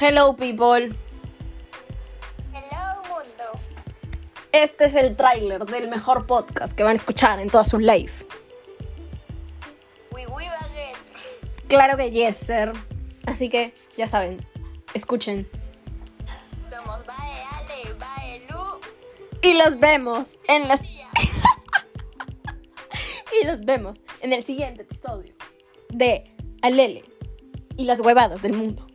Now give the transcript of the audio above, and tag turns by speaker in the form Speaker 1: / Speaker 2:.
Speaker 1: Hello people,
Speaker 2: Hello mundo.
Speaker 1: este es el tráiler del mejor podcast que van a escuchar en toda su life.
Speaker 2: We will again.
Speaker 1: Claro que yes, sir. Así que ya saben, escuchen.
Speaker 2: Somos Bae Ale, Bae Lu.
Speaker 1: Y los vemos en las... y los vemos en el siguiente episodio de Alele y las huevadas del mundo.